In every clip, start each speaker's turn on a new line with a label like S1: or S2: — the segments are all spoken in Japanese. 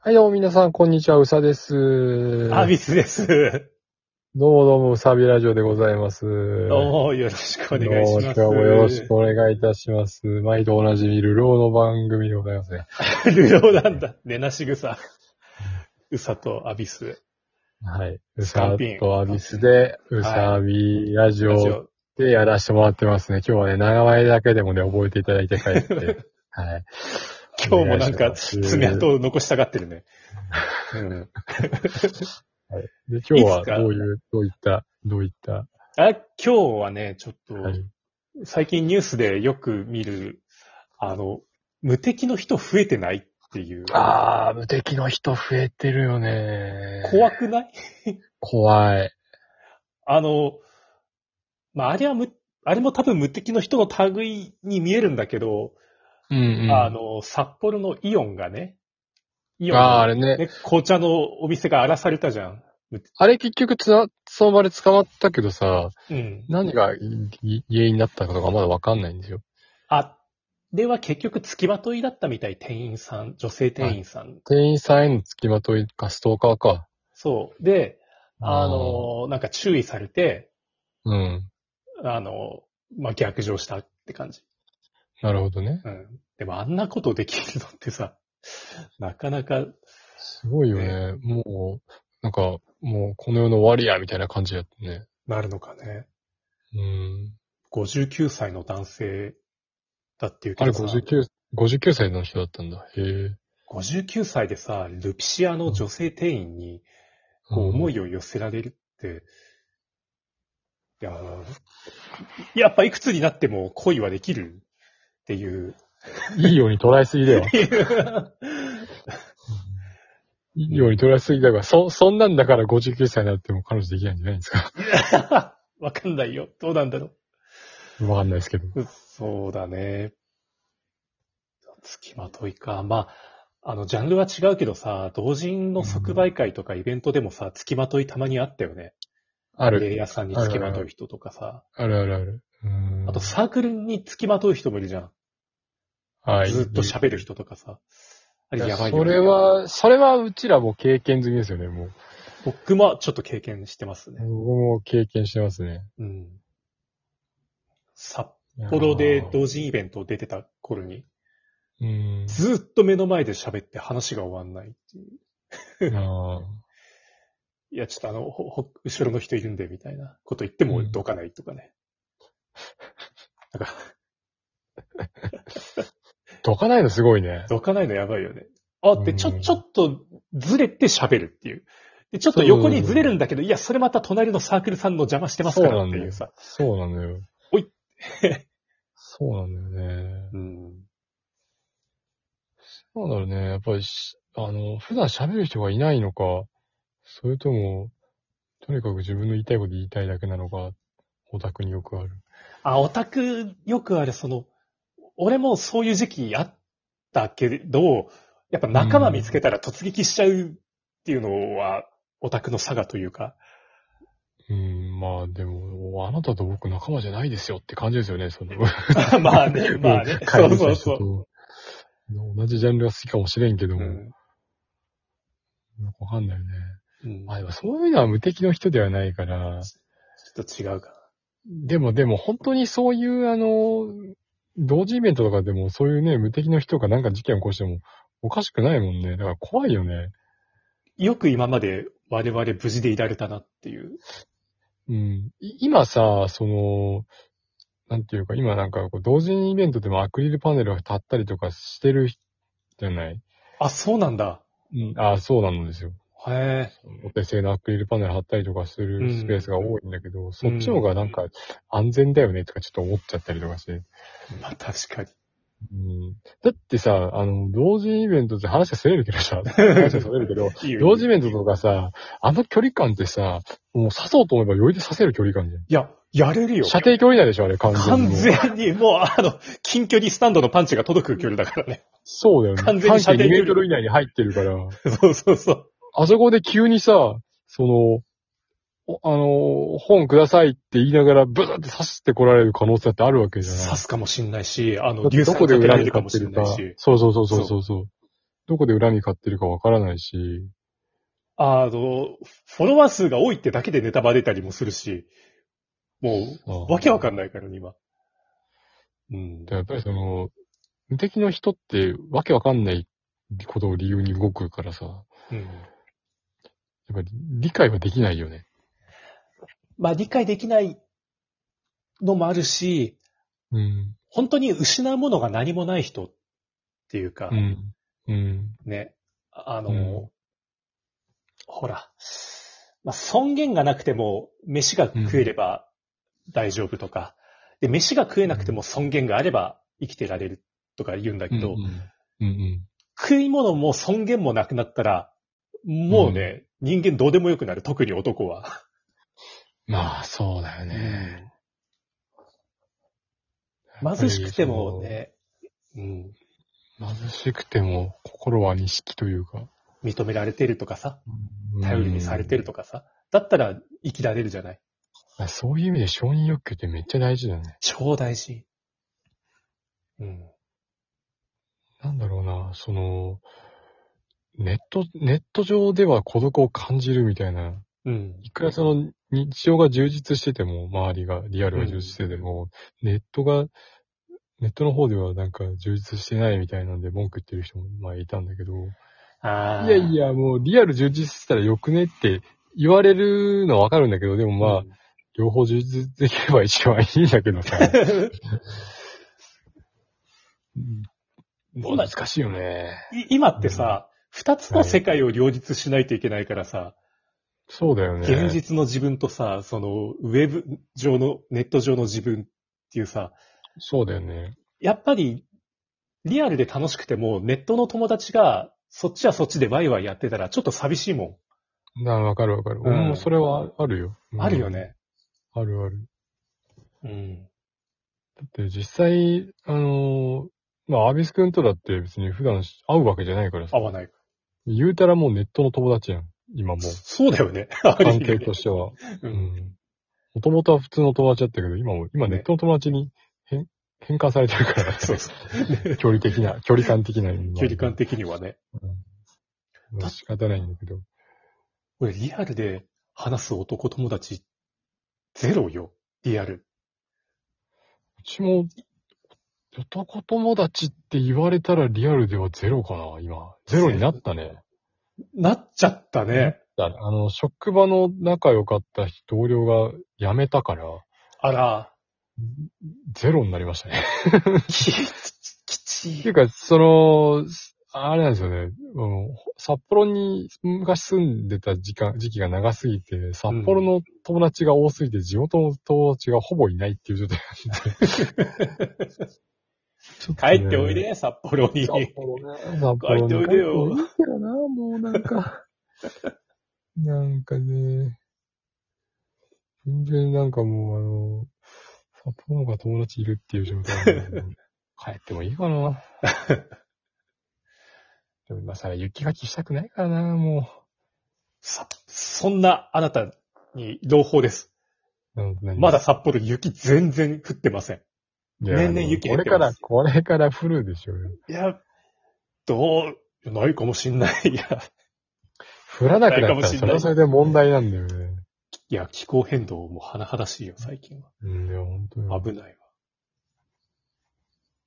S1: はい、どうも皆さん、こんにちは、うさです。
S2: アビスです。
S1: どうもどうも、うさびラジオでございます。
S2: どうも、よろしくお願いします。
S1: どうもよろしくお願いいたします。毎度おなじみ、流浪の番組でございますね。
S2: 流浪なんだ。寝なし草。うさとアビス。
S1: はい。う
S2: スカ
S1: さ
S2: ンピン
S1: とアビスで、うさびラジ
S2: ラジ
S1: オ
S2: オ
S1: でやらせてもらってますね。今日はね、名前だけでもね、覚えていただいて帰っ て。はい。
S2: 今日もなん
S1: お願
S2: か、
S1: いします
S2: 爪痕を残したがってるね。うん、
S1: で、今日はい
S2: つか
S1: どういう、どういった、どういった、
S2: あ今日はね、ちょっと、
S1: はい
S2: 最近ニュースでよく見る、あの、無敵の人増えてないっていう。
S1: あー、無敵の人増えてるよね。
S2: 怖くない
S1: 怖い。
S2: あの、まあ、あれはむ、あれも多分無敵の人の類に見えるんだけど、
S1: うん、うん。
S2: あの、札幌のイオンがね、イオン
S1: ああ、あ
S2: が、
S1: れね。
S2: ね、紅茶のお店が荒らされたじゃん。
S1: あれ結局つな、その場で捕まったけどさ、
S2: うん。
S1: 何がい原因だったかとかまだわかんないんですよ。
S2: あ、では結局付きまといだったみたい、店員さん、女性店員さん。
S1: 店員さんへの付きまといか、ストーカーか。
S2: そう。で、あの、なんか注意されて、
S1: あー、うん。
S2: あの、まあ、逆上したって感じ。
S1: なるほどね。
S2: うん。でもあんなことできるのってさ、 なかなか、
S1: すごいよね。もう、なんか、もうこの世の終わりや、みたいな感じやったね。
S2: なるのかね。
S1: うん。
S2: 59歳の男性だっていう
S1: あ
S2: け
S1: れ
S2: どさ
S1: 59、59歳の人だったんだ。へえ。
S2: 59歳でさ、ルピシアの女性店員に、こう思いを寄せられるって、いやー、やっぱいくつになっても恋はできるっていう。
S1: う んいいように捉えすぎだよ。 いいように捉えすぎだから、そ、そんなんだから59歳になっても彼女できないんじゃないんですか。
S2: わかんないよ。どうなんだろ
S1: わかんないですけど。
S2: う。そうだね。付きまといか。まあ、あの、ジャンルは違うけどさ、同人の即売会とかイベントでもさ、付きまといたまにあったよね。
S1: あ
S2: レイ
S1: る。
S2: ヤーさんに付きまとう人とかさ。
S1: あるあるある。うん
S2: あとサークルに付きまとう人もいるじゃん。
S1: はい。
S2: ずっと喋る人とかさ。あ
S1: い
S2: れ
S1: や
S2: やばいよ
S1: そ
S2: ね
S1: れは、それはうちらも経験済みですよね、もう。
S2: 僕もちょっと経験してます
S1: 僕
S2: ね。
S1: も経験してますね。
S2: うん。札幌で同時イベント出てた頃に、
S1: うん。
S2: ずっと目の前で喋って話が終わんないっていう。
S1: あ
S2: いや、ちょっとあの、ほほ後ろの人いるんで、みたいなこと言っても
S1: うん
S2: どかないとかね。なんか、
S1: ーどかないのすごいね。
S2: どかないのやばいよね。あって、ち
S1: う
S2: ょ、
S1: ん
S2: ちょっとずれて喋るっていう。でちょっと横にずれるんだけど、いや、それまた隣のサークルさんの邪魔してますからっていうさ。
S1: そうなのよ。
S2: おい。
S1: そうなんだよね。
S2: うん。
S1: そうだろうね。やっぱりし、あの、普段喋る人がいないのか、それとも、とにかく自分の言いたいこと言いたいだけなのか、オタクによくある。
S2: あ、オタク、よくある、その、俺もそういう時期あったけど、やっぱ仲間見つけたら突撃しちゃうっていうのは、オタクの差がという か、
S1: うん、まあでも、あなたと僕仲間じゃないですよって感じですよね、その。
S2: まあね、まあね、
S1: 帰
S2: そう
S1: り
S2: そう
S1: た
S2: そ
S1: 人
S2: う。
S1: と同じジャンルが好きかもしれんけど
S2: う
S1: も、
S2: ん
S1: よくわかんないよね。
S2: うん、
S1: まあ
S2: ち
S1: でもそういうのは無敵の人ではないから、
S2: ょっと違うか
S1: でもでも本当にそういうあの、同時イベントとかでもそういうね、無敵の人がなんか事件を起こしてもおかしくないもんね。だから怖いよね。
S2: な。よく今まで我々無事でいられたなっていう。
S1: うん。い今さ、その、なんていうか、今なんかこう同時イベントでもアクリルパネルを立ったりとかしてる人じゃない
S2: あ、そうなんだ。
S1: うん。ああ、そうなんですよ。
S2: へえ。
S1: お手製のアクリルパネル貼ったりとかするスペースが多いんだけど、そっちの方がなんか安全だよねとかちょっと思っちゃったりとかして。
S2: まあ確かに。
S1: うん、だってさ、あの、同時イベントって話はそれるけど さ、話はそれるけど、
S2: いいよ
S1: 同時イベントとかさ、あの距離感ってさ、もう刺そうと思えば余裕で刺せる距離感じゃん。
S2: いや、やれるよ。
S1: 射程距離なんでしょ、あれ完全に。
S2: 完全に、もう、あの、近距離スタンドのパンチが届く距離だからね。
S1: そうだよね。
S2: 完全に射程距離
S1: 半径2メートル以内に入ってるから、
S2: そうそうそう。
S1: あそこで急にさ、その、おあの、本くださいって言いながら、ブーって刺してこられる可能性だってあるわけじゃない
S2: 刺すかもしんないし、あ
S1: だ
S2: の、
S1: ってど
S2: 硫酸
S1: こ
S2: か
S1: で
S2: け
S1: 裏
S2: られ
S1: に
S2: る
S1: 買
S2: かも
S1: って
S2: し
S1: る
S2: んな
S1: か
S2: いし。。
S1: そうそうそうそうそう。どこで恨み買ってるかわからないし、
S2: あの、フォロワー数が多いってだけでネタバレたりもするし、もう、わけわかんないからね、今。うん。
S1: でやっぱりその、無敵の人ってわけわかんないことを理由に動くからさ、や
S2: うん
S1: っぱり理解はできないよね。
S2: まあ、理解できないのもあるし、
S1: うん。
S2: 本当に失うものが何もない人っていうか、
S1: うん。うん。
S2: ね、あの、
S1: うん
S2: ほら、まあ、尊厳がなくても飯が食えれば大丈夫とか、で、飯が食えなくても尊厳があれば生きてられるとか言うんだけ
S1: う
S2: ど、
S1: んうん。
S2: 食い物も尊厳もなくなったら、もうね、人間どうでもよくなる、特に男は。
S1: まあ、そうだよね。
S2: 貧しくてもね、うん、
S1: 貧しくても心は錦というか、
S2: 認められてるとかさ、頼りにされてるとかさ、だったら生きられるじゃない。
S1: うんそういう意味で承認欲求ってめっちゃ大事だよね。
S2: 超大事。うん。
S1: なんだろうな、その、ネット、ネット上では孤独を感じるみたいな、
S2: うん。
S1: いくらその日常が充実してても、周りが、リアルが充実してても、ネットが、ネットの方ではなんか充実してないみたいなんで文句言ってる人も前いたんだけど、
S2: ああ。
S1: いやいや、もうリアル充実したらよくねって言われるのはわかるんだけど、でもまあ、
S2: うん
S1: 両方充実できれば一番いいんだけど さ。
S2: どうだ
S1: 難しいよね。
S2: い今ってさ、二、つの世界を両立しないといけないからさ、
S1: そうだよね。
S2: 現実の自分とさ、その、ウェブ上の、ネット上の自分っていうさ、
S1: そうだよね。
S2: やっぱり、リアルで楽しくても、ネットの友達が、そっちはそっちでワイワイやってたら、ちょっと寂しいも
S1: なわかるわかる。
S2: ん
S1: 俺もそれはあるよ。
S2: ん。あるよね。
S1: うん。あるある。
S2: うん。
S1: だって実際、あのーまあ、アビス君とだって別に普段会うわけじゃないからさ
S2: 合。わない。
S1: 言うたらもうネットの友達やん。今もう。
S2: そうだよね。 ある意
S1: 関
S2: 味ね
S1: 係としては。
S2: う
S1: うんん。もともとは普通の友達だったけど、今も、今
S2: ね
S1: ネットの友達に変、変換されてるから。
S2: そう そう。
S1: 距離的な、距離感的な。
S2: 距離感的にはね。
S1: まあ仕方ないんだけど。
S2: 俺、リアルで話す男友達、ゼロよ。リアル。
S1: うちも、男友達って言われたらリアルではゼロかな、今。ゼロになったね。
S2: なっちゃったね。
S1: だあの、職場の仲良かった人同僚が辞めたから、
S2: あら、
S1: ゼロになりましたね。
S2: き、きち
S1: っ
S2: い
S1: ていう。か、その、あれなんですよね。あの札幌に昔住んでた時間、時期が長すぎて、札幌の友達が多すぎて、地元の友達がほぼいないっていう状態なんで。
S2: 帰っておいで、札幌に。
S1: 札幌ね。札
S2: 幌
S1: 幌
S2: に帰っておいでよ
S1: いいけどな、もうなんか。なんかね。全然なんかもうあの、札幌の方が友達いるっていう状態なんで帰ってもいいか な。でも今さ、雪かきしたくないからな、も
S2: さそんなあなたに朗報です。
S1: う。なん何
S2: まだ札幌雪全然降ってません。
S1: いや
S2: 年々雪
S1: あの
S2: 減っ
S1: これ
S2: て
S1: か
S2: ま
S1: ら、
S2: す
S1: これから降るでしょうよ。
S2: いや、どう、ないかもしんない。いや、
S1: 降らなくなった
S2: ないかも
S1: ら
S2: しんない
S1: それはそれで問題なんだよね。
S2: いや気候変動も甚だしいよ、最近
S1: うん、いや、本当に。
S2: は。危ないわ。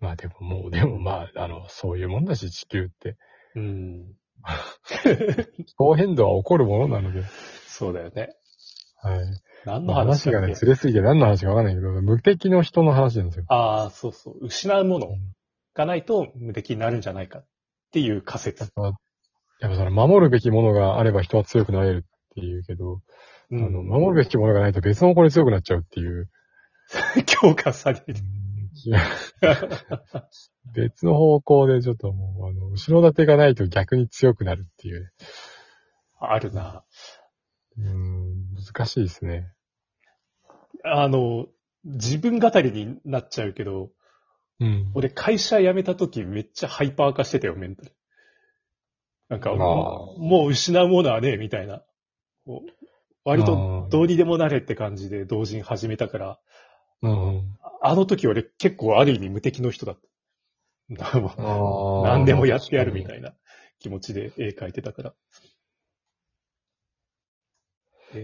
S1: まあでももう、 でもまあ、あの、そういうもんだし、地球って。
S2: うん。
S1: 気候変動は起こるものなので。
S2: そうだよね。
S1: はい。
S2: 何
S1: ま
S2: の
S1: あ
S2: 話
S1: 話
S2: だっけ
S1: がね、ずれすぎて何の話かわかんないけど、無敵の人の話なんですよ。
S2: ああ、そうそう。失うものがないと無敵になるんじゃないかっていう
S1: や
S2: 仮
S1: っ
S2: 説。
S1: ぱ、やっぱその、守るべきものがあれば人は強くなれるっていうけど、
S2: うん、
S1: あの、守るべきものがないと別の子に強くなっちゃうっていう。
S2: 強化される。
S1: いや 別の方向でちょっともう、あの、後ろ盾がないと逆に強くなるっていう。
S2: あるな。
S1: うん、難しいですね。
S2: あの、自分語りになっちゃうけど、
S1: うん。
S2: 俺会社辞めた時めっちゃハイパー化してたよ、メンタル。なんか、
S1: ああ
S2: もう失うものはねえ、みたいな。こう割
S1: あ
S2: と
S1: あ
S2: どうにでもなれって感じで同時に始めたから、
S1: うん。
S2: あの時俺結構ある意味無敵の人だった。
S1: ああ
S2: 何でもやってやるみ
S1: い
S2: たいな気持ちで絵描いてたから。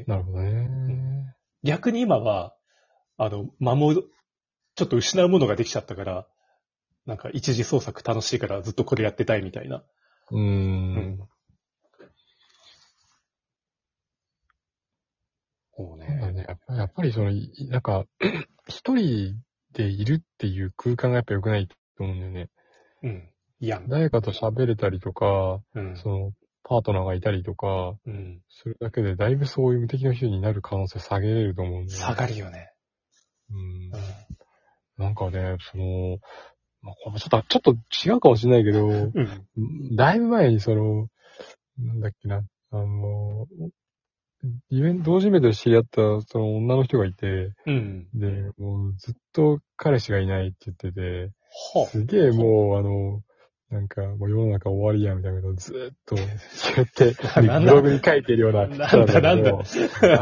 S1: なるほどね。
S2: 逆に今は、あの、守る、ちょっと失うものができちゃったから、なんか一時創作楽しいからずっとこれやってたいみたいな。
S1: うー。。
S2: うんそう
S1: なんだろう
S2: ね。
S1: ね、やっぱやっぱりその、いなんか、 一人でいるっていう空間がやっぱ良くないと思うんだよね。
S2: うん。いやん。
S1: 誰かと喋れたりとか、
S2: うん。
S1: その、パートナーがいたりとか、
S2: うん。
S1: するだけでだいぶそういう無敵の人になる可能性下げれると思うんだよね。
S2: 下がるよね。
S1: うん
S2: うん。。
S1: なんかね、その、まあ、これもちょっと、ちょっと違うかもしれないけど、
S2: うん。
S1: だいぶ前にその、なんだっけな、あの、イベント、同時イベントで知り合ったその女の人がいて、
S2: うん。
S1: で、もうずっと彼氏がいないって言ってて、
S2: は
S1: すげえもうあの、なんかもう世の中終わりやみたいなことをずーっと言って、で
S2: なんだ
S1: ブログに書いてるような人なんだけど、
S2: なんだ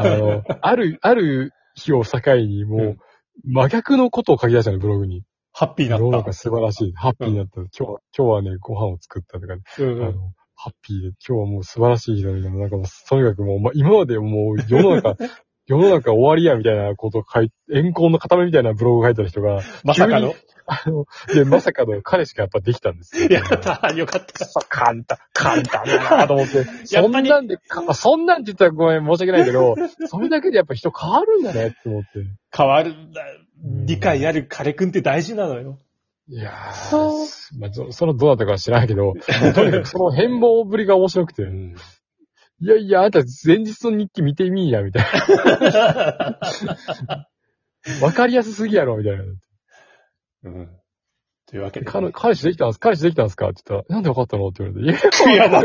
S1: あの、ある、ある日を境にもう、
S2: うん
S1: 真逆のことを書き出したの、ブログに。
S2: ハッピー
S1: 世の
S2: になっ
S1: 中素晴らしい。ハッピーになった。今日は、今日はね、ご飯を作ったとかね、
S2: た。う
S1: あ
S2: ん。うん。
S1: の、ハッピーで、今日はもう素晴らしい日だみたいな、なんかもう、とにかくもう、ま、今までもう世の 中、世の中終わりやみたいなことを書い、怨恨の固めみたいなブログを書いてた人が、
S2: まさかの。
S1: あの、で、まさかの彼氏がやっぱできたん ですよ。
S2: やった。よかった。
S1: 簡単、簡単だなと思って。
S2: や
S1: そ
S2: っ
S1: ん
S2: ぱり
S1: なんで、かそんなんって言ったらごめん、申し訳ないけど、 それだけでやっぱ人変わるんだねって思って。
S2: 変わるんだ。
S1: ん
S2: 理解ある彼くんって大事なのよ。
S1: いやー
S2: そう
S1: まあ、そそのどうだったかは知らないけ ど、とにかくその変貌ぶりが面白くて、
S2: ん。
S1: いやいや、あんた前日の日記見てみいや、みたいな。わかりやすすぎやろ、みたいな。
S2: うん。というわけで。
S1: 彼彼氏できたんす彼氏できたんすかって言ったら、なんでわかったのって言われて、いや、
S2: いや、